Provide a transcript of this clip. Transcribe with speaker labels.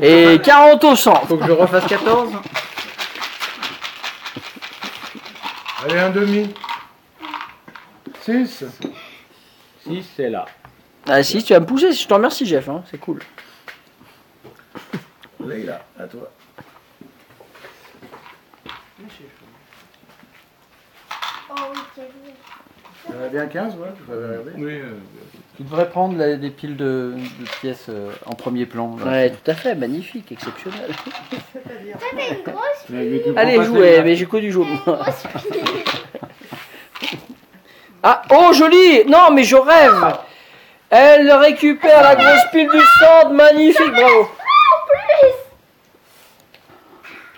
Speaker 1: Et 40 au centre.
Speaker 2: Faut que je refasse 14
Speaker 3: Allez, un demi. 6.
Speaker 2: 6, c'est là.
Speaker 1: Ah si, tu vas me pousser, je te remercie Jeff, hein, c'est cool.
Speaker 3: Leïla, à toi.
Speaker 4: Oh,
Speaker 3: Ça va bien 15, ouais, tu peux regarder.
Speaker 5: Oui, euh,
Speaker 6: Tu devrais prendre la- des piles de, de pièces euh, en premier plan. là.
Speaker 1: Ouais, tout à fait, magnifique, exceptionnel.
Speaker 4: fait une grosse,
Speaker 5: mais- mais tu prends
Speaker 1: Allez,
Speaker 5: pas
Speaker 1: jouez,
Speaker 5: celle-là.
Speaker 1: mais j'ai que du jaune.
Speaker 4: une grosse pile.
Speaker 1: Ah, oh, joli Non, mais je rêve Elle récupère la grosse pile du centre, magnifique, bravo